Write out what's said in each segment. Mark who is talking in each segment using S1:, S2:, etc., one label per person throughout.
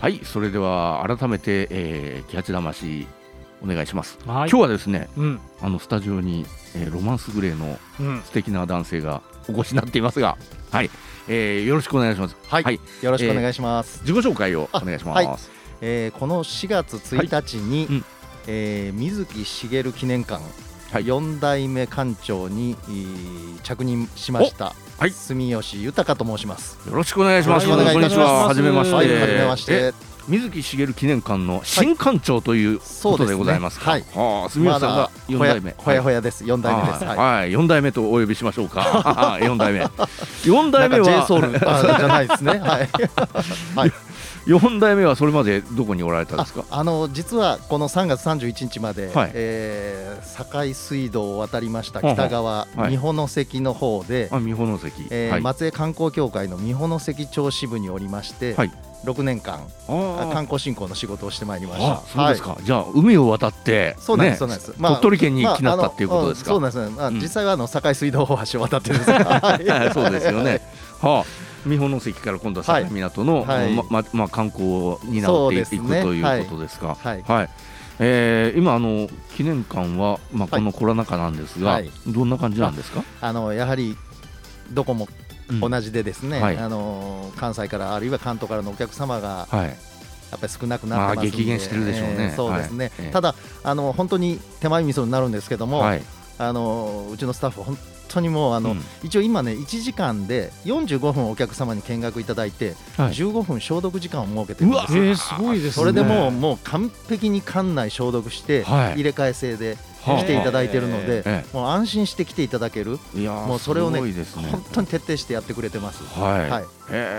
S1: はいそれでは改めて、えー、キハチ魂お願いします、
S2: はい
S1: 今日はですね
S2: うん
S1: あのスタジオに、えーロマンスグレーの
S2: うん
S1: 素敵な男性がお越しになっていますがはい、えー、よろしくお願いします
S3: はい、
S1: はい
S3: よろしくお願いします。
S1: 自己紹介をお願いしま
S3: あは
S1: す
S3: えーこの4月1日に、
S1: はいうん
S3: えー水木しげる記念館、
S1: はい
S3: 4代目館長にえー着任しました、
S1: はい
S3: 住吉豊と申します。
S1: よろしくお願いします
S3: よろしくお
S1: こん
S3: 願
S1: に
S3: いいた
S1: ち
S3: します
S1: ははじめまして、
S3: はい、はじめまし
S1: え
S3: て。
S1: 水木しげる記念館の新館長という
S3: そ
S1: こ
S3: う
S1: と
S3: です
S1: で
S3: ね。
S1: ございますか、
S3: はい。
S1: はあ住吉さんが4代目
S3: ほやほやほやです。4代目です。
S1: はい
S3: はい。
S1: はい、四代目とお呼びしましょう か。四代目。四代目
S3: なんか J ソウ
S1: は。
S3: ルあじゃないですね。はい。
S1: 四代目はそれまでどこにおられたん
S3: あ
S1: ですか。
S3: あの実はこの3月31日まで、
S1: はい
S3: えー堺水道を渡りました
S1: ほうほう
S3: 北側、
S1: はい
S3: 三保の関の方で、
S1: あ、美保関。
S3: えー
S1: はい。
S3: 松江観光協会の三保の関町支部におりまして、
S1: はい
S3: 6年間あ
S1: あ
S3: 観光振興の仕事をしてまいりま
S1: ー、
S3: し
S1: あ
S3: た。
S1: そうです
S3: は
S1: か。
S3: い
S1: じゃあ海を渡って。
S3: そうなんです、そう
S1: ね
S3: なんです。
S1: 鳥取県に来なったっていうことですか。
S3: まああのそうなんですね。まあ
S1: うん
S3: 実際はあの堺水道大橋を渡ってるん ですが。はい
S1: そうですよね。はあ。美保関から今度は
S3: はい
S1: 坂港の、
S3: はい
S1: まままあ観光を担っていく、
S3: そうですね
S1: とい
S3: は
S1: う
S3: い
S1: ことですか。
S3: はい
S1: はい。えー、今あの記念館は、まあ、このコロナ禍なんですが、
S3: はい
S1: どんな感じなんですか、
S3: あのやはりどこも
S1: うん
S3: 同じでですね、
S1: はい
S3: あの関西からあるいは関東からのお客様が
S1: はい、
S3: やっぱり少なくなってますんで
S1: まあ激減してるでしょうね
S3: えーそうですね、
S1: はい
S3: ただあの本当に手前味噌になるんですけども、
S1: はい、
S3: あのうちのスタッフ本当にもうあの、
S1: うん
S3: 一応今ね1時間で45分お客様に見学いただいて、
S1: はい
S3: 15分消毒時間を設けてるんです
S2: えー、すごいですね
S3: それでもうもう完璧に館内消毒して、
S1: はい
S3: 入れ替え制で
S1: はあ
S3: 来ていただいてるので、
S1: ええ
S3: もう安心して来ていただける
S1: いや
S3: も
S1: も
S3: うそれをね
S1: すごいですね
S3: 本当に徹底してやってくれてます。
S1: はい、
S3: はい
S1: へ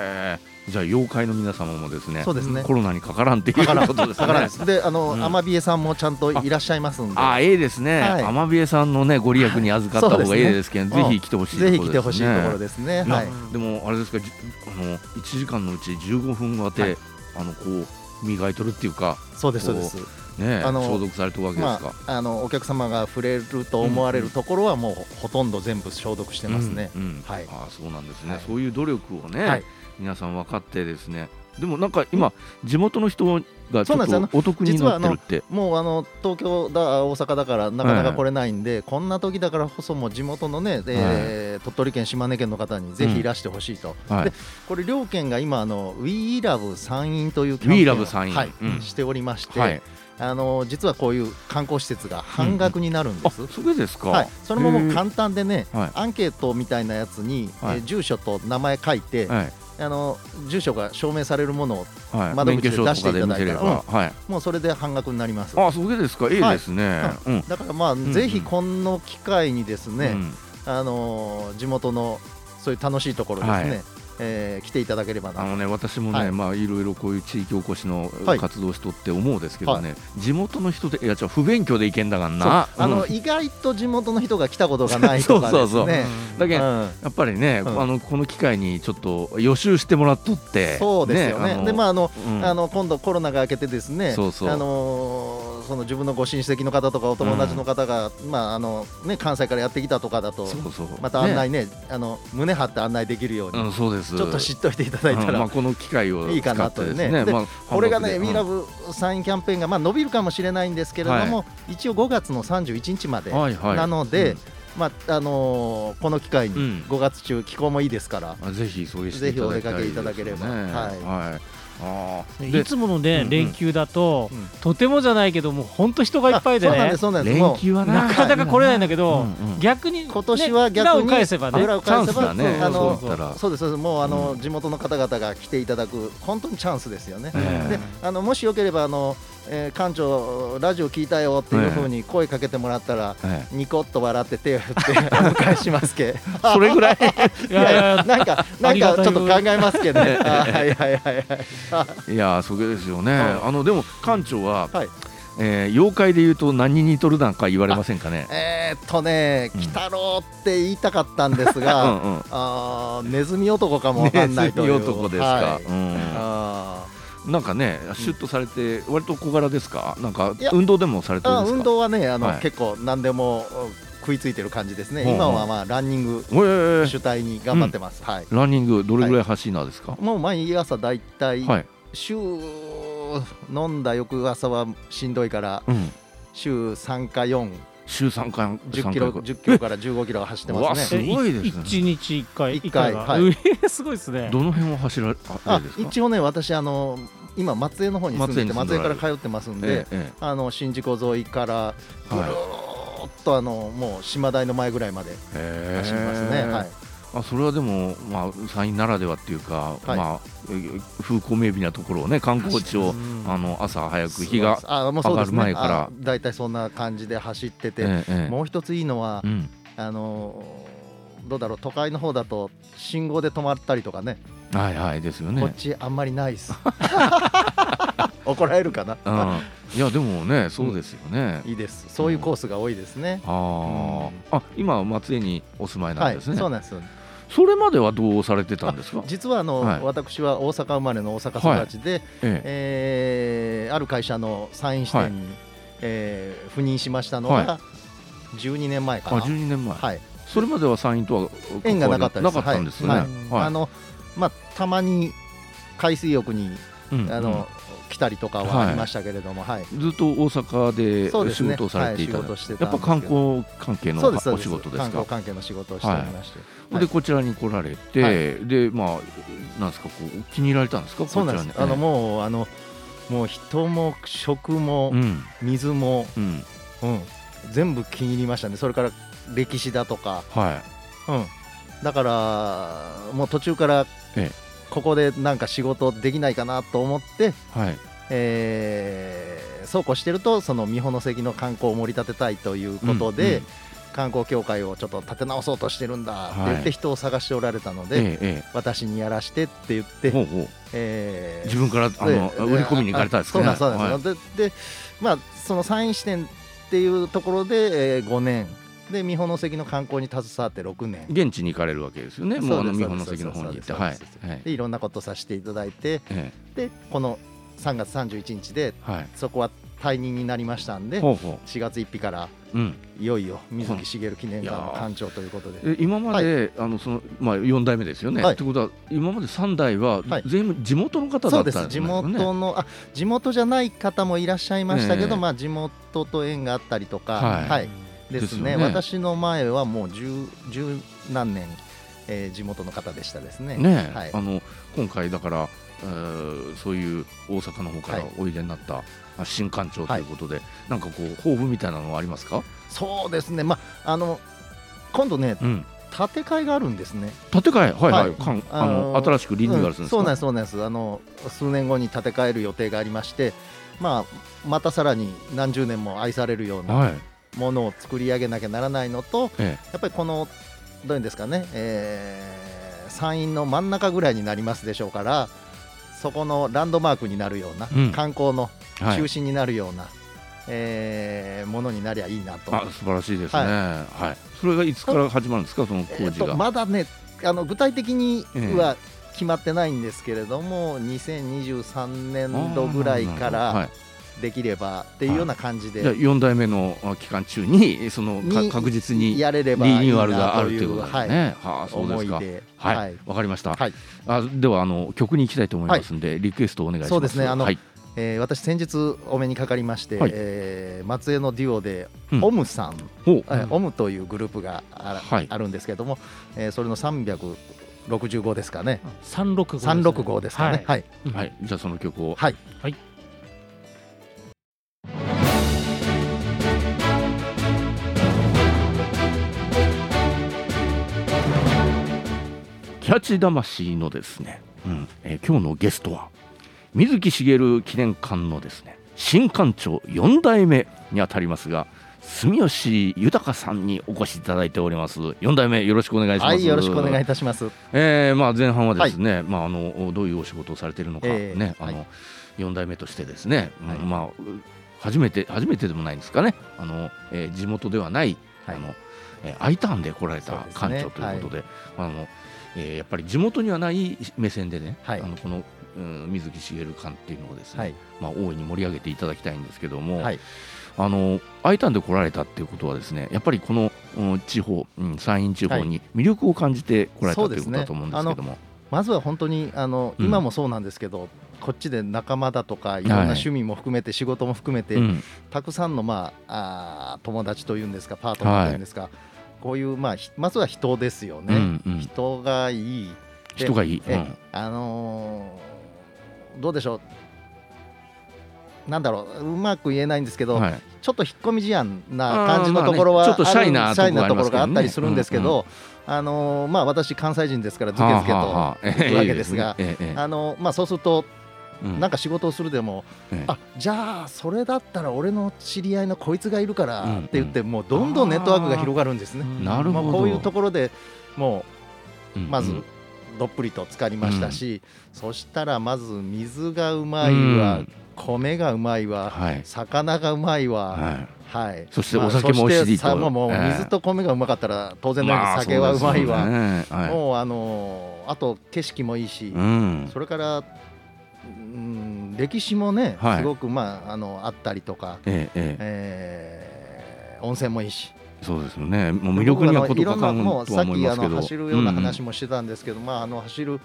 S1: えじゃあ妖怪の皆様もですね
S3: そうですね
S1: コロナにかからんっていう
S3: かからん
S1: ことですね
S3: だからですであの、
S1: うん
S3: アマビエさんもちゃんといらっしゃいますんで
S1: ああええですね、
S3: はい
S1: アマビエさんのねご利益に預かった
S3: は
S1: 方
S3: いそ
S1: が
S3: う
S1: い
S3: で
S1: い
S3: すね
S1: ですけど、
S3: うん
S1: ぜひ来てほしいとこ
S3: ぜ
S1: ろですね
S3: ひ来てほしいところですね。
S1: いや
S3: はい。
S1: でもあれですかじあの1時間のうち15分当て、
S3: はい
S1: あのこう磨いとるっていうか
S3: そうですそうです。
S1: ね
S3: あの
S1: 消毒されてるわけです
S3: ま
S1: か、
S3: ああのお客様が触れると思われるところはもうほとんど全部消毒してますね。
S1: うんうん
S3: はい
S1: ああそうなんですね、
S3: はい
S1: そういう努力をね、
S3: はい
S1: 皆さん分かってですねでもなんか今地元の人がち
S3: そう
S1: ょ
S3: な
S1: っ
S3: んですあ
S1: と
S3: の
S1: お得になってるって
S3: もうあの東京だ大阪だからなかなか来れないんで、こんな時だからこそもう地元のね、えー鳥取県島根県の方にぜひいらしてほしいと、
S1: はい
S3: でこれ両県が今あの We Love 山陰というキャン
S1: We
S3: ペ
S1: Love
S3: ーン
S1: 山
S3: を、
S1: 陰
S3: はい
S1: うん
S3: しておりまして、
S1: はい
S3: あの実はこういう観光施設が半額になるんで
S1: あ
S3: す。
S1: それですか、
S3: はい、それももう
S1: へ
S3: 簡単でね、
S1: はい
S3: アンケートみたいなやつに、
S1: はい
S3: えー住所と名前書いて、
S1: えはい
S3: あの住所が証明されるものを
S1: はい、
S3: 窓
S1: 免
S3: 口
S1: 許
S3: で
S1: 証とかで見
S3: 出して
S1: せ
S3: い
S1: れ
S3: ただいたら
S1: ば、はい、
S3: もうそれで半額になります
S1: あそれですかいいですね、うん
S3: だからまあ、
S1: ん
S3: ぜひこの機会にですね、
S1: うん
S3: あのー地元のそういう楽しいところですね、
S1: はい
S3: えー来ていただければな
S1: あのね私もね、
S3: はい
S1: い、まあいろいろこういう地域おこしの
S3: はい
S1: 活動しとって思うですけどね、地元の人でいや違う不勉強でいけんだがん
S3: そう
S1: な
S3: あの、
S1: うん
S3: 意外と地元の人が来たことがないとかです ね。
S1: そうそうそうだけど
S3: うん
S1: やっぱりね、
S3: うん
S1: あのこの機会にちょっと予習してもらっとって
S3: そうですよねでまああの、
S1: あのうん
S3: あの今度コロナが明けてですね
S1: そうそう
S3: あのーその自分のご親戚の方とかお友達の方が、まああのね、関西からやってきたとかだと
S1: そうそう
S3: また案内ねあの胸張って案内できるよう
S1: ねう
S3: に
S1: ん、そうです
S3: ちょっと知っておいていただいた
S1: うん
S3: ら、
S1: まあ、この機会を
S3: いいか
S1: 使
S3: な
S1: って
S3: と
S1: で
S3: ね
S1: すね
S3: で
S1: まあ、
S3: これがね、
S1: 韓
S3: ミ
S1: 国で
S3: ラブサインキャンペーンが、まあ、伸びるかもしれないんですけれども、一応5月の31日まで
S1: うんはいはい、
S3: なので、まああのーこの機会
S1: う
S3: に
S1: ん
S3: 5月中、気候もいいですから、
S1: うん、あぜひそういうしていただきたいですね
S3: ぜひお出かけいただければ
S1: は
S3: はいい、
S1: はい、あー
S2: いつものね、
S1: うん
S2: 連休だと、
S3: うん
S2: とてもじゃないけどもう本当人がいっぱいで
S3: そうなん
S2: ね
S3: です、そうなんです、
S1: 連
S3: もう
S1: 休はな
S2: なかなか来れないんだけど、
S1: うんうん
S2: 逆に、ね、
S3: 今年は逆に
S2: 裏を返せばね
S3: 裏を
S1: チャ
S3: 返
S1: ン
S3: せ
S1: ス
S3: ば、
S1: だね、
S3: あ
S1: そう
S3: の
S1: だったら
S3: そうです、そうですもうあの、
S1: う
S3: 地元の方々が来ていただく、本当にチャンスですよね。
S1: ええ
S3: であのもしよければあの、えー館長、ラジオ聞いたよっていうふうに声かけてもらったら、
S1: え
S3: ニコッと笑って手を振 ってお迎えしますけ
S1: えそれぐら い
S2: いやいや
S3: なんか
S2: あ
S3: なん
S2: り
S3: か
S2: がたい
S3: ちょっと考えますけどねあはいはいはいはい
S1: いやーそれですよね、
S3: はい
S1: あのでも館長は、
S3: はい
S1: えー妖怪でいうと何に似とるなんか言われませんかね
S3: えーっとね
S1: うん
S3: 鬼太郎って言いたかったんで す
S1: う
S3: が、
S1: んうん
S3: あーネズミ男かもわかんないという
S1: ねそう男ですか、
S3: はい
S1: うん
S3: あ
S1: なんかね、シュッとされて、割と小柄ですか、なんか
S3: いや
S1: 運動でもされ
S3: ー
S1: てるん
S3: あ
S1: ですか。
S3: 運動はねあの、
S1: はい
S3: 結構何でも食いついてる感じですね、
S1: ほうほう
S3: 今はまあランニング
S1: えー
S3: 主体に頑張ってます、はい
S1: ランニング、どれぐらい走りなんですか。
S3: もう毎朝だいたい
S1: はい。
S3: 週飲んだ翌朝はしんどいから
S1: うん、
S3: 週3か4
S1: 週3回
S3: 10キロ
S1: 3
S3: 10キロから15キロは走ってま
S1: うわ
S3: す
S1: す
S3: ね。
S1: ごいですね
S2: 1日1回
S3: 一回
S2: が
S3: はいう
S2: えすごいですね
S1: 回どの辺を走られあ
S3: あ
S1: れですか
S3: 一応ね私あの今松江の方に住んで
S1: 松江に
S3: て松
S1: 住んで
S3: 江
S1: お
S3: から
S1: れ
S3: ら
S1: る
S3: 通ってますんで、
S1: えええ
S3: あの新宿沿いから
S1: え
S3: ぐる
S1: はい
S3: ーっとあのもう島台の前ぐらいまで
S1: へえ
S3: 走りますね、はい、
S1: あそれはでも、まあ、山陰ならではっていうか、
S3: はい
S1: まあ、え風光明媚なところをね観光地を
S2: うん
S1: あの朝早く日が、
S3: あもうそうですね
S1: 上がる前から
S3: あ大体そんな感じで走ってて、
S1: ええええ
S3: もう一ついいのは、
S1: うん、
S3: あのーどうだろう都会の方だと信号で止まったりとかね
S1: はいはいですよね。
S3: こっちあんまりないっす 怒られるかな、
S1: うん、いやでもねそうですよね。
S3: いいですそういうコースが多いですね、
S1: あーあ今松江にお住まいな
S3: は
S1: ん
S3: い
S1: です
S3: そ
S1: ね、
S3: うなんですよ
S1: それまではどうされてたんですか、
S3: 実はあの、
S1: はい
S3: 私は大阪生まれの大阪育ちで、
S1: え
S3: えーある会社の参院支店に、えー赴任しましたの
S1: は
S3: が12年前
S1: え、
S3: か
S1: あ
S3: な、
S1: 12年前、
S3: はい
S1: それまでは山陰とは
S3: 縁がなかったです
S1: なかったんですね、
S3: はいあのまあ、たまに海水浴に
S1: うん
S3: あの、来たりとかはありましたけれども、はい
S1: ずっと大
S3: そう
S1: 阪で
S3: です
S1: 仕
S3: ね
S1: 事をされていた,、
S3: はい仕事してた
S1: や
S3: ん
S1: っ
S3: で
S1: ぱ
S3: すけど
S1: 観光関係の
S3: そうですそう
S1: お
S3: で
S1: 仕
S3: す
S1: 事で
S3: 観
S1: す
S3: 光
S1: か
S3: 関係の仕事をしておりまして、
S1: で、
S3: はい
S1: こちらに来られて、
S3: は
S1: でまあなんですかこう気に入られたんですか
S3: そうなんです、
S1: こちら
S3: あ
S1: に
S3: のもうあのもう人も食も
S1: うん
S3: 水も、
S1: うん
S3: うん、全部気に入りましたねそれから歴史だとか、
S1: はい
S3: うん、だからもう途中から
S1: ええ
S3: ここでなんか仕事できないかなと思って、
S1: はい
S3: えーそうこうしてるとその美保関の観光を盛り立てたいということで、
S1: うんうん
S3: 観光協会をちょっと立て直そうとしてるんだって言っ
S1: はい
S3: て人を探しておられたの
S1: え
S3: で、
S1: え
S3: 私にやらしてって言っ
S1: ええ
S3: て、
S1: ほうほう
S3: えー
S1: 自分からあの
S3: で
S1: 売り込みに行かれたんですかね
S3: あそうなんですそうなんです、ででまあその参院支店っていうところで、え5年で美保関の観光に携わって6年
S1: 現地に行かれるわけですよね、もうあの
S3: そうで
S1: 美
S3: す
S1: 保の関の方に行って、
S3: そう
S1: は
S3: で
S1: い
S3: すそうです、
S1: はい
S3: でいろんなことさせていただいて
S1: ええ
S3: でこの3月31日で
S1: はい、
S3: そこは退任になりましたんで
S1: ほうほ
S3: 4月1日から
S1: う、うん、
S3: いよいよ水木しげる記念館の館長ということで、
S1: え今まで、あのそのまあ四代目ですよね。と、
S3: はい
S1: い、うことは今まで三代は
S3: はい
S1: 全部地元の方だ
S3: そ
S1: った
S3: うん
S1: で
S3: で
S1: よ
S3: すす
S1: ね。
S3: 地元のあ地元じゃない方もいらっしゃいましたけ
S1: え
S3: ど、
S1: え
S3: まあ、地元と縁があったりとか、
S1: はい
S3: はいです
S1: です
S3: ね
S1: よね
S3: 私の前はもう十十何年、えー地元の方でしたですね。
S1: ねえ、
S3: はい
S1: あの今回だから、えーそういう大阪の方から
S3: はい
S1: おいでになった、あ新館長と
S3: はい
S1: いうことで、なんかこう抱負みたいなのはありますか？
S3: そうですね、まあ、あの今度ね、
S1: うん、
S3: 建て替えがあるんですね。
S1: 建て替え、はいはい、
S3: はい
S1: かんあ
S3: あ
S1: の
S3: の
S1: 新しくリニューアルするんですか？
S3: そうなんです、そうなんですあの、数年後に建て替える予定がありまして、まあ、またさらに何十年も愛されるような
S1: はい、
S3: ものを作り上げなきゃならないのと、
S1: え
S3: やっぱりこの、どういうんですかね、えー山陰の真ん中ぐらいになりますでしょうから、そこのランドマークになるような、
S1: うん
S3: 観光の
S1: えはい
S3: 中。心になるような、えーものになりゃいいなと。
S1: あ素晴らしいですね、はいそれがいつから始まるんですか、その工
S3: えっ
S1: 事が。
S3: とまだねあの具体的には決まってないんですけれども、2023年度ぐらいか
S1: あーな
S3: ら
S1: るほ
S3: できればっていうような感じ
S1: どはい、じゃあ
S3: で
S1: 4代目のあ期間中にそのか
S3: に
S1: 確実にリ
S3: やれればいいなと
S1: ニ
S3: いう
S1: ューアルがあるということです
S3: はい
S1: ね。はあそうで
S3: 思
S1: す
S3: い
S1: か
S3: で、
S1: はい、わ、
S3: はい
S1: かりました。
S3: はい
S1: あ、では、あの曲に行きたいと思いますんで、リクエストをお願いします。
S3: そうですねあの
S1: はい、
S3: えー私先日お目にかかりまして、
S1: はい
S3: えー松江のデュオで、
S1: うん
S3: オムさん、
S1: ほう
S3: えーオムというグループがあ,、
S1: はい
S3: あるんですけれども、えーそれの365ですかね
S2: 365
S3: 365ですかね、
S2: はい
S3: はい
S1: はい、じゃあ、その曲を。
S3: はい。
S2: はい
S1: キャッチ魂のですね、うんえー今日のゲストは水木しげる記念館のですね新館長4代目にあたりますが住吉豊さんにお越しいただいております4代目よろしくお願いします、
S3: はい、よろしくお願いいたします。
S1: えーまあ、前半はですね、まあ、あのどういうお仕事をされているのか、
S3: ええ
S1: ねあ
S3: はい
S1: の4代目としてですね、うん
S3: はい
S1: まあ、う初めて初めてでもないんですかねあの、えー地元ではない、
S3: はい
S1: あのえー I ターンで来られ
S3: そう
S1: た
S3: ですね
S1: 館長ということであのえーやっぱり地元にはない目線でね、
S3: はい
S1: あのこの、うん水木しげる館っていうのをですね、
S3: はい、
S1: まあ、大いに盛り上げていただきたいんですけども、
S3: はい、
S1: あの I ターンで来られたっていうことはですねやっぱりこのうん地方、うん、山陰地方に魅力を感じて来られた、
S3: そう
S1: と
S3: で
S1: いう
S3: す
S1: こ
S3: ね
S1: とだと思うんですけども。
S3: まずは本当にあの、
S1: うん
S3: 今もそうなんですけど、こっちで仲間だとかいろんな趣味も含めて仕事も含めて、
S1: うん
S3: たくさんの、まあ、あー友達というんですかパートナーというんですか、こういう、まあ、ひまずは人ですよ
S1: う
S3: ね、
S1: んうん
S3: 人がいいで
S1: 人がいい、う
S3: え
S1: ん
S3: あのーどうでしょうなんだろううまく言えないんですけど、
S1: はい
S3: ちょっと引っ込み思案な
S1: あー
S3: 感じ
S1: まあ
S3: の
S1: ね
S3: ところは
S1: ちょっとシャイな
S3: あるシャイな
S1: と
S3: と
S1: こ
S3: こ
S1: ろ
S3: ろ
S1: が
S3: が
S1: あ
S3: あ
S1: りますけどね
S3: ったりするんですけど、あのーまあ、私関西人ですからずけずけと。
S1: はあはあ
S3: 行くわけですが、
S1: ええええええ
S3: あのーまあ、そうすると、
S1: うん
S3: なんか仕事をするでも、
S1: ええ
S3: あじゃあ、それだったら俺の知り合いのこいつがいるから
S1: うん
S3: って言って、もうどんどんネットワークが広がるんですね。
S1: なるほど
S3: もうこういうところでも
S1: うんうん
S3: うまずどっぷりと浸かりましたし、そしたらまず水がうまいわ、
S1: うん
S3: 米がうまいわ、
S1: はい
S3: 魚がうまいわ、
S1: はい
S3: はい、
S1: そして
S3: まあ
S1: お酒も美味しいと
S3: そてさもうもう
S1: ええ
S3: 水と米がうまかったら当然ながら酒はうまいわ、
S1: まあそうですよねはい
S3: もうあのーあと景色もいいし、
S1: うん
S3: それから、うん、歴史もね、
S1: はい
S3: すごく、まあ、あのあったりとか、
S1: ええええ
S3: えー温泉もいいし
S1: そうですよねもう魅力にはこ
S3: 僕あのい
S1: と
S3: ろ
S1: か
S3: ん
S1: か
S3: なんもう
S1: と
S3: さ
S1: は
S3: っ
S1: 思い
S3: き
S1: ま
S3: あ
S1: すけど
S3: の走るような話もしてたんですけど、まあ、あの走る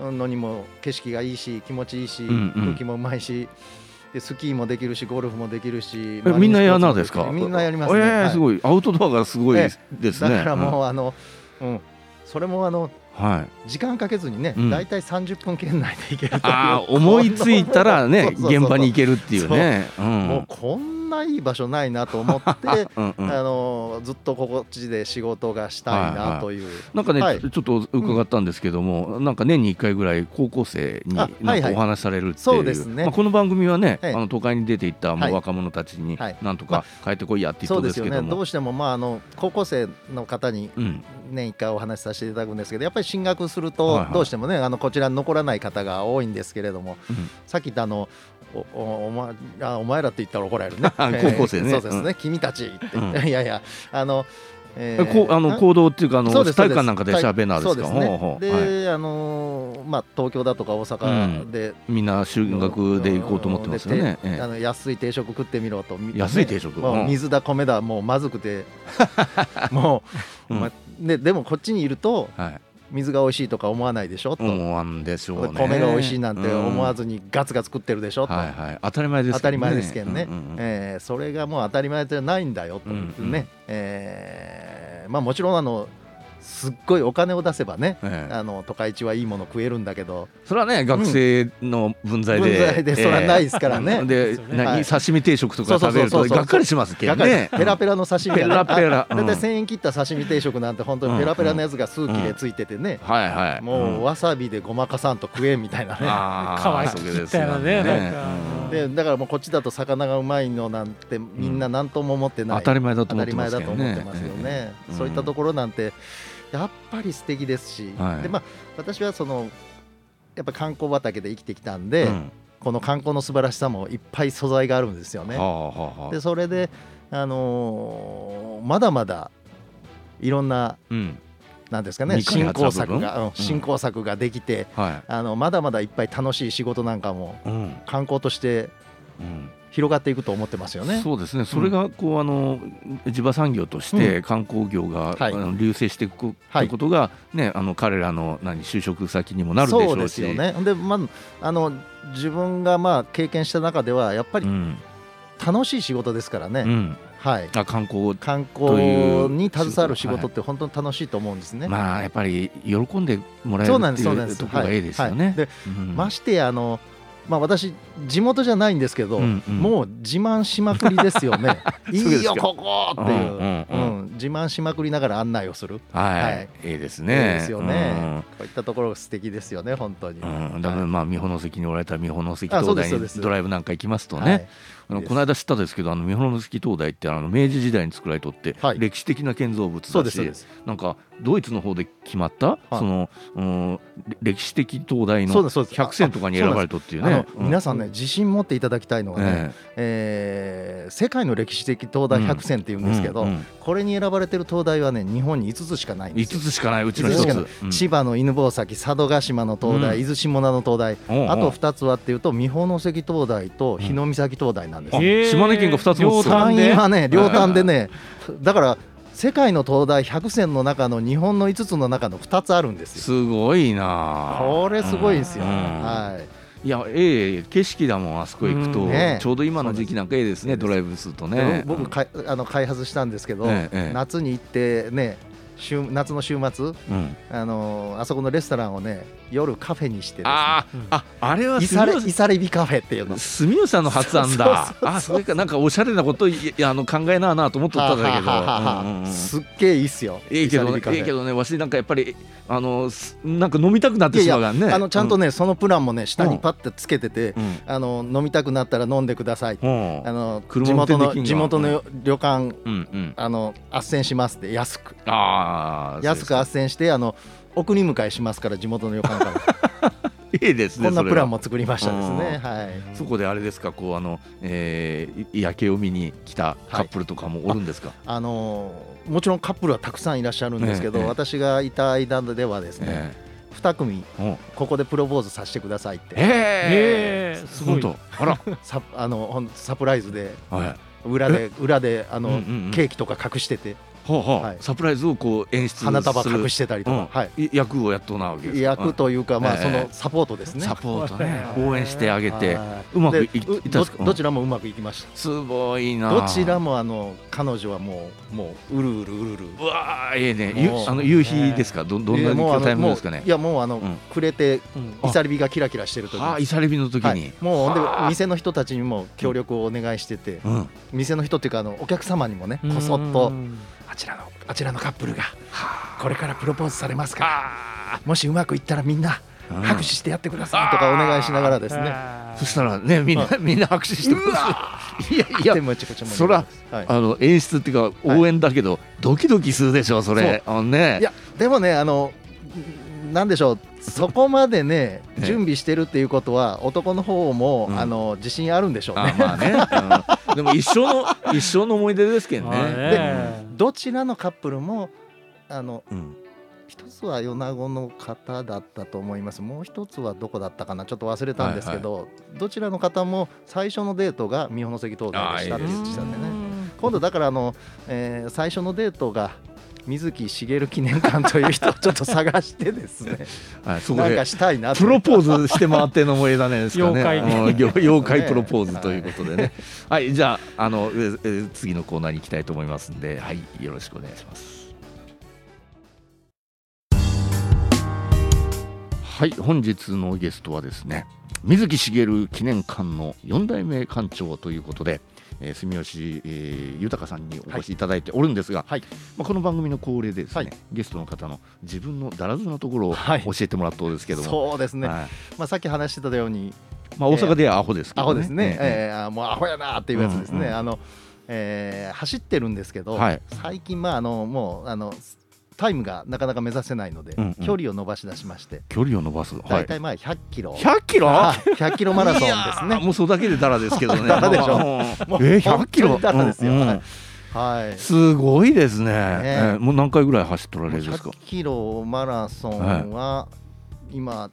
S3: のにも景色がいいし気持ちいいし、
S1: んうん
S3: 空気もうまいしでスキーもできるしゴルフもできるし
S1: えみんなやなですか
S3: マリンスポーツもできるみんなやりますね、
S1: ええ
S3: はい
S1: すごいアウトドアがすごい
S3: え
S1: ですね
S3: だからもう、あの、うん、それもあ
S1: う
S3: の
S1: んはい
S3: 時間かけずにね、
S1: うん
S3: 大体30分圏内で行けるという
S1: あー思いついたらね
S3: そうそうそう
S1: 現場に行けるっていうねう
S3: こん
S1: ん
S3: なもうこんないい場所ないなと思って、
S1: うんうん
S3: あのずっとこっちで仕事がしたいなという、
S1: なんかね、
S3: はい
S1: ちょちょっと伺ったんですけども、なんか年に1回ぐらい高校生に
S3: あ
S1: な
S3: は
S1: ん
S3: い
S1: か
S3: はい
S1: お話しされるってい,、
S3: そううですね
S1: まあ、この番組はね、
S3: ええ
S1: あの都会に出ていったも
S3: は
S1: う
S3: い
S1: 若者たちに
S3: はい
S1: なんとか帰ってこいやって言
S3: そ
S1: っ
S3: う
S1: たん
S3: で
S1: ですす
S3: よ
S1: けど
S3: ねど
S1: も。
S3: うしても、まあ、あの高校生の方に
S1: うん
S3: 年1回お話しさせていただくんですけどやっぱり進学すると、
S1: はいはい
S3: どうしてもねあのこちらに残らない方が多いんですけれども、
S1: うん
S3: さっき言ったあのおおお前あお前らって言ったら怒られ るね
S1: 高校生ね
S3: そうですね、君たちって、
S1: う
S3: いやいやあの、え
S1: えこうあの行動っていうかあの
S3: そうです
S1: 体育館なんかでしゃべんなですか
S3: そうですね
S1: ほうほう
S3: で、
S1: はい
S3: あのーまあ、東京だとか大阪で、
S1: みんな修学で行こうと思ってますよね、え
S3: あの安い定食食ってみろとみ
S1: 安い定食
S3: ねもう
S1: うん
S3: 水だ米だもうまず くてもう、
S1: うん
S3: まででもこっちにいると
S1: えはい、
S3: 水が美味しいとか思わないでしょと、
S1: 思わんでしょうね
S3: 米が美味しいなんて思わ
S1: ず、
S3: ずにガツガツ食ってるでしょ
S1: うん
S3: と、
S1: はいはい、当たり前ですけどね
S3: 当たり前ですけどね、
S1: うんうんうん
S3: えーそれがもう当たり前じゃないんだよと、
S1: うんうん
S3: ねえーまあ、もちろんあのすっごいお金を出せばね
S1: ええ
S3: あの都会地はいいもの食えるんだけど
S1: それはね学生の分際で、
S3: 分際でそれはないですからね
S1: ええで
S2: そうですよね
S1: 何、
S3: はい
S1: 刺身定食とか食べる
S3: そ
S1: と
S3: うそうそうそう
S1: がっかりしますけど
S3: だから
S1: ね。
S3: ペラペラの刺身
S1: ペ
S3: が、
S1: ラペラ
S3: だいたい
S1: うん
S3: 1000円切った刺身定食なんて本当にペラペラのやつが数切れついててね、
S1: はいはい。
S3: もう
S1: わ
S3: わさびでごまかさんと食えみたいなね。
S1: あー
S2: かわい
S1: そう
S2: く
S1: で
S2: た
S1: す
S2: よ
S1: よね
S2: ねなんか
S1: うん
S3: でだからもうこっちだと魚がうまいのなんてみんな何とも思ってない、
S1: 当たり前だと
S3: 当
S1: 思
S3: た
S1: って
S3: り
S1: ま
S3: 前
S1: す
S3: だ
S1: け
S3: と
S1: ど
S3: 思
S1: ね。
S3: ってますよね
S1: ええ
S3: そういったところなんてやっぱり素敵ですし、
S1: はい
S3: でまあ、私はそのやっぱ観光畑で生きてきたん
S1: え
S3: で、
S1: えうん
S3: この観光の素晴らしさもいっぱい素材があるんですよね
S1: は。あはあはあ
S3: でそれで、あのーまだまだいろんな
S1: うん
S3: なんですかね
S1: 未開発
S3: 新
S1: な
S3: 興
S1: 部分
S3: 作が、うん
S1: ん
S3: 新興作ができて
S1: は
S3: あのまだまだいっぱい楽しい仕事なんかも
S1: い。うん
S3: 観光として
S1: うん
S3: 広がっていくと思ってますよね。
S1: そうですね。それがこうあの地場産業として観光業があ
S3: はい
S1: の流星していくっ
S3: は
S1: て
S3: い
S1: ことがねあの彼らの何就職先にもなるでしょうし。
S3: そうですよね。で、まあ、あの自分がまあ経験した中ではやっぱ
S1: う
S3: り
S1: ん。
S3: 楽しい仕事ですからね、
S1: うん。
S3: はい、
S1: あ観光
S3: 観
S1: という
S3: 光に携わる仕
S1: はい
S3: 事って本当に楽しいと思うんですね。
S1: まあやっぱり喜んでもらえる
S3: そうなん
S1: っ
S3: で
S1: て
S3: すそうなん
S1: い
S3: で
S1: う
S3: す。
S1: ところがいいですよね。
S3: はいはいで
S1: うん
S3: ましてやあの、まあ、私地元じゃないんですけど、
S1: うんうん
S3: もう自慢しまくりです よね。い
S1: そうで
S3: い
S1: す
S3: よ
S1: か
S3: ここって
S1: う
S3: いう、うんん
S1: うんうん
S3: 自慢しまくりながら案内をする。
S1: は
S3: はい
S1: い、いいです
S3: いい
S1: ね。
S3: ですよね、こういったところが素敵ですよね本当に。
S1: うん。うんだから
S3: はい
S1: まあ美穂関におられたら美穂関
S3: あ
S1: 灯
S3: そうです
S1: 台
S3: そう
S1: に
S3: です
S1: ドライブなんか行きますと
S3: は
S1: ね
S3: い、
S1: あの
S3: です
S1: この間知ったんですけどあの美穂関灯台ってあの明治時代に作られとって、
S3: はい
S1: 歴史的な建造物
S3: そう
S1: だ
S3: です
S1: し
S3: そうです。
S1: なんかドイツの方で決まった、
S3: はい
S1: その、うん、歴史的灯台
S3: そう
S1: の
S3: ですそうです
S1: 100選とかに選ばれとっていう
S3: あ
S1: ね
S3: の。
S1: う
S3: 皆さんね自信持っていただきたいのがね、
S1: え
S3: えー世界の歴史的灯台100選っていうんですけど、
S1: うんうん
S3: これに選ばれてる灯台はね日本に5つしかないん
S1: え
S3: で
S1: 5
S3: すよ
S1: つしかないうちの
S3: 五つしかない
S1: 1つ。うん
S3: 千葉の犬吠埼佐渡島の灯台、
S1: うん
S3: 伊豆下田の灯台、
S1: おうおう
S3: あと2つはっていうと三保関灯台と日の岬灯台なんです
S1: あ
S3: よ、
S2: へー
S1: 島根県が二つ持つと
S2: 両端
S3: 単位
S2: で
S3: はね両端でねだから世界の灯台100選の中の日本の5つの中の2つあるんですよ
S1: すごいなあ。
S3: これすごいですよ、
S1: うん
S3: はい
S1: いや、ええ景色だもん、あそこ行くと、
S2: うん
S3: ね
S1: ちょうど今の時期なんかええですね、ドライブするとね。
S3: 僕僕かいあの開発したんですけど、
S1: ええええ
S3: 夏に行ってね週夏の週末
S1: うん、
S3: あのーあそこのレストランをね夜カフェにしてですね
S1: あー、
S2: うん
S1: あ、あれは
S3: イ
S1: 住
S3: サレ
S1: 吉
S3: イサレビカフェっていうの
S1: 住吉さんの発案だ。あ、それか、なんかおしゃれなこと、いや、あの考えなあなあと思っとったんだけど
S3: はははは
S1: うんうんうん。
S3: すっげえいいっすよ
S1: ええけどね
S3: イ、サレビカフ
S1: え
S3: ェ
S1: えけどね、わしなんかやっぱり、あの、すなんか飲みたくなってしまうからね。
S3: あのちゃんと
S1: ね、
S3: ね、そのプランもね下にパッてつけてて、
S1: うん、
S3: あの飲みたくなったら飲んでください、
S1: うん、
S3: あの
S1: 車
S3: 地
S1: 運転
S3: 元
S1: できんが
S3: の地元の旅館、
S1: うん、うん、
S3: あの斡旋しますって安く
S1: ああ、
S3: 安く
S1: そう
S3: 斡
S1: です
S3: 旋してあの送り迎えしますから地元の 旅館から
S1: いいですね。
S3: こんなプラン
S1: も。
S3: も作りましたですね
S1: うん
S3: はい
S1: そこであれですか、こう、あの、えー、い夜景を見に来たカップルとかもおるんですか。
S3: あのーもちろんカップルはたくさんいらっしゃるんですけど、
S1: ええ
S3: 私がいた間ではですね、
S1: え
S3: 2組
S1: えうん
S3: ここでプロポーズさせてくださいって
S1: え
S2: え
S1: え
S2: えすごい
S1: 本当あら、
S3: サあのほんサプライズで
S1: はい、
S3: 裏で裏であの、
S1: うんうんうん
S3: ケーキとか隠してて
S1: ほうほう、
S3: はい
S1: サプライズをこう演出する
S3: 花束隠してたりとか、
S1: うん
S3: はい
S1: い役をやっとなわけですか
S3: 役というか、まあ、
S1: ええ
S3: そのサポートです
S1: うん
S3: ね。
S1: サポートね
S3: はい
S1: 応援してあげて
S3: はいう
S1: まくいい
S3: で
S1: ったんで
S3: ど
S1: すか
S3: どちらもうまくいきました。
S1: すごいな
S3: どちらもあの彼女はもうもううるうるうるうる。
S1: うわーええねゆ
S3: もう
S1: あの夕日ですかどどん
S3: い
S1: な
S3: やもうあ
S1: タイム
S3: のも
S1: ですか
S3: う
S1: ね
S3: いやもうあの、
S1: うん
S3: くれて
S2: うん
S3: イサリビがキラキラしてる時
S1: ああイサレビの時に、
S3: はい、もうほんで店の人たちにも協力をお願いしてて、
S1: うん
S3: 店の人っていうかあのお客様にもねこそっ
S2: う
S3: と
S2: ん
S3: あちらのあちらのカップルが
S1: は
S3: これからプロポーズされますから
S1: あ
S3: もしうまくいったらみんな
S1: うん
S3: 拍手してやってくださいとかお願いしながらですね。
S2: あー
S1: そしたらねみんな、みんな拍手してますいやいや
S3: でめちゃくちゃ盛り
S1: そ
S3: 上が
S1: ら
S3: りますはい
S1: あの演出っていうか
S3: はい
S1: 応援だけど、ドキドキするでしょそれあのね
S3: いやでもねあのんなんでしょうそこまでね
S1: ええ
S3: 準備してるっていうことは男の方も、
S1: うん
S3: あの自信あるんでしょう
S1: あ
S3: ね。
S1: まあね、うんでも一生の一生の思い出ですけど
S2: まあ
S1: ね。
S2: ね
S3: どちらのカップルもあの
S1: うん
S3: 一つは米子の方だったと思いますもう一つはどこだったかなちょっと忘れたんですけど、どちらの方も最初のデートが三保関東大でしたって言ってたんでね今度だからあの、えー最初のデートが水木しげる記念館という人をちょっと探してで すね
S1: はい、そこ
S3: なん
S1: で
S3: かしたいなと
S1: プロポーズして回ってんのも枝ねですかね。
S2: 妖怪
S1: うん 妖妖怪
S3: ね
S1: プロポーズということでね。はい、じゃああのええ次のコーナーに行きたいと思いますんで、はい、よろしくお願いします。はい、本日のゲストはですね、水木しげる記念館の4代目館長ということで、えー住吉、えー豊さんにお越しいただいておるんですが、
S3: はい
S1: まあ、この番組の恒例でですね、
S3: はい
S1: ゲストの方の自分のだらずなところを
S3: はい
S1: 教えてもらったんですけども、
S3: そうですね、
S1: はい
S3: まあ、さっき話してたように
S1: まあ、大阪ではアホですけど、
S3: アホですね、
S1: え
S3: えーあーもうアホやなーっていうやつですね、
S1: うんうん
S3: あのえー走ってるんですけど、
S1: はい
S3: 最近、まあ、あのもうあのタイムがなかなか目指せないので、
S1: うんうん
S3: 距離を伸ばし出しまして、
S1: え距離を伸ばす。は
S3: 大
S1: い。
S3: 体まあ100キロ、
S1: 100キロ。
S3: はい100キロマラソンで
S1: い
S3: す
S1: やー
S3: ね。
S1: もうそれだけでダラですけどね。
S3: ダラでしょ
S1: うんえー、100キロ。
S3: だったんですよ、
S1: うんうん
S3: はいはい
S1: すごいですね。えーもう何回ぐらい走っとられるんですか
S3: 100。キロマラソンは今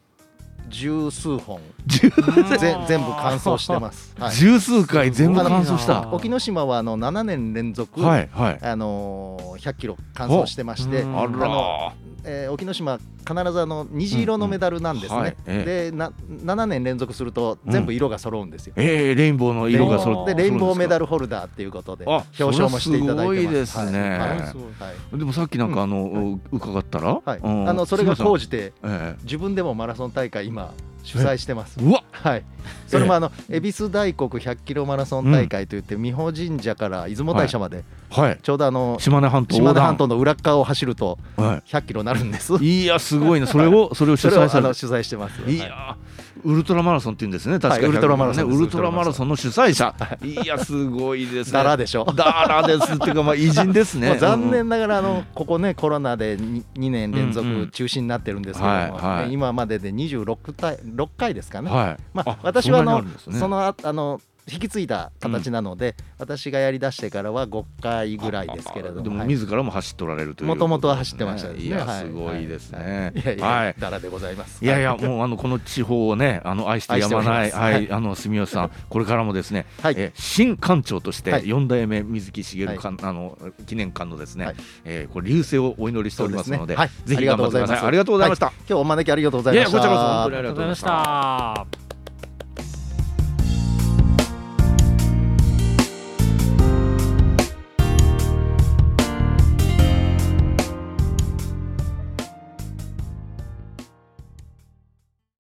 S3: 十数本、
S1: 十
S3: ぜ全部完走してます、はい、
S1: 十数回全部完走し
S2: あ
S1: た。
S2: の
S3: 沖ノ島はあの7年連続、
S1: はいはい。
S3: あのー100キロ完走してまして、
S2: おうん
S1: あ
S3: の
S1: ら
S3: えー沖ノ島、必ずあの虹色のメダルなんです
S1: うんうんは
S3: ね
S1: い。ええ
S3: でな、7年連続すると、全部色が揃うんですよ。
S1: ー。えー、レインボーの色が揃っ
S3: で
S1: て。
S3: レインボーメダ
S1: ル。
S3: ルホルダーっていうことで、
S1: あ
S3: 表彰もしていただいてます。
S1: それはすごいですね
S3: はいはい
S2: すごい
S3: はい
S1: でもさっきなんかあの、伺ったら、
S3: はい
S1: うん
S3: あのそれが
S1: すいま
S3: 高じて、
S1: せんえ
S3: 自分でもマラソン大会、今、主催してます
S1: え。うわ
S3: はい、それもあの恵比寿大国100キロマラソン大会といって、美保神社から出雲大社まで、
S1: はい
S3: ちょうどあの
S1: 島根半島
S3: 島
S1: 横
S3: 根
S1: 断
S3: 半島の裏っ側を走ると、
S1: は
S3: 100キロになるんです。
S1: いいやすごいねそれをそれを主
S3: それを
S1: 催
S3: あ
S1: され
S3: の
S1: る
S3: 取材してます。
S1: い
S3: はい
S1: やーウルトラマラソンって言うんですね、確か
S3: はいウルトラマラソン
S1: ね、
S3: です
S1: ウルトラマラソンの主催者、 いや、すごいですね、
S3: だらでしょ。
S1: だらですっていうか、まあ、偉人ですね、
S3: まあ残
S1: うん
S3: 念ながらあのここねコロナで 2, 年連続中止になってるんですけども、
S1: うんうんはいはい
S3: ね今までで26回6回ですかね、
S1: はい、
S3: まあ私はあの
S1: そんなにるんです
S3: そ
S1: ね
S3: のああの引き継いだ形なので、私がやりだしてからは5回ぐらいですけれど
S1: あで
S3: も
S1: も、
S3: はい
S1: 自らも走っておられるという
S3: もともとは走ってましたですね
S1: いや、
S3: はい
S1: すごいですね、
S3: いやいや、
S1: はい
S3: だらでございます
S1: いやいや、もうあのこの地方をね、あの愛してやまない、
S3: 愛しております
S1: はい、
S3: は
S1: あの住吉さん、これからもですね、
S3: はい
S1: えー新館長として
S3: はい
S1: 四代目水木しげる
S3: は
S1: 館、あの記念館のですね、
S3: はい
S1: えーこれ流星をお祈りしておりますので、
S3: そうですねはい
S1: ぜひ頑張ってください。あ
S3: あ
S1: りが
S3: り
S1: と
S3: がと
S1: う
S3: う
S1: ございまし。
S3: ございました今日お招きありがとうございました
S1: いやいやこちらこそ本当にありがとうございました
S2: ありがとうございました。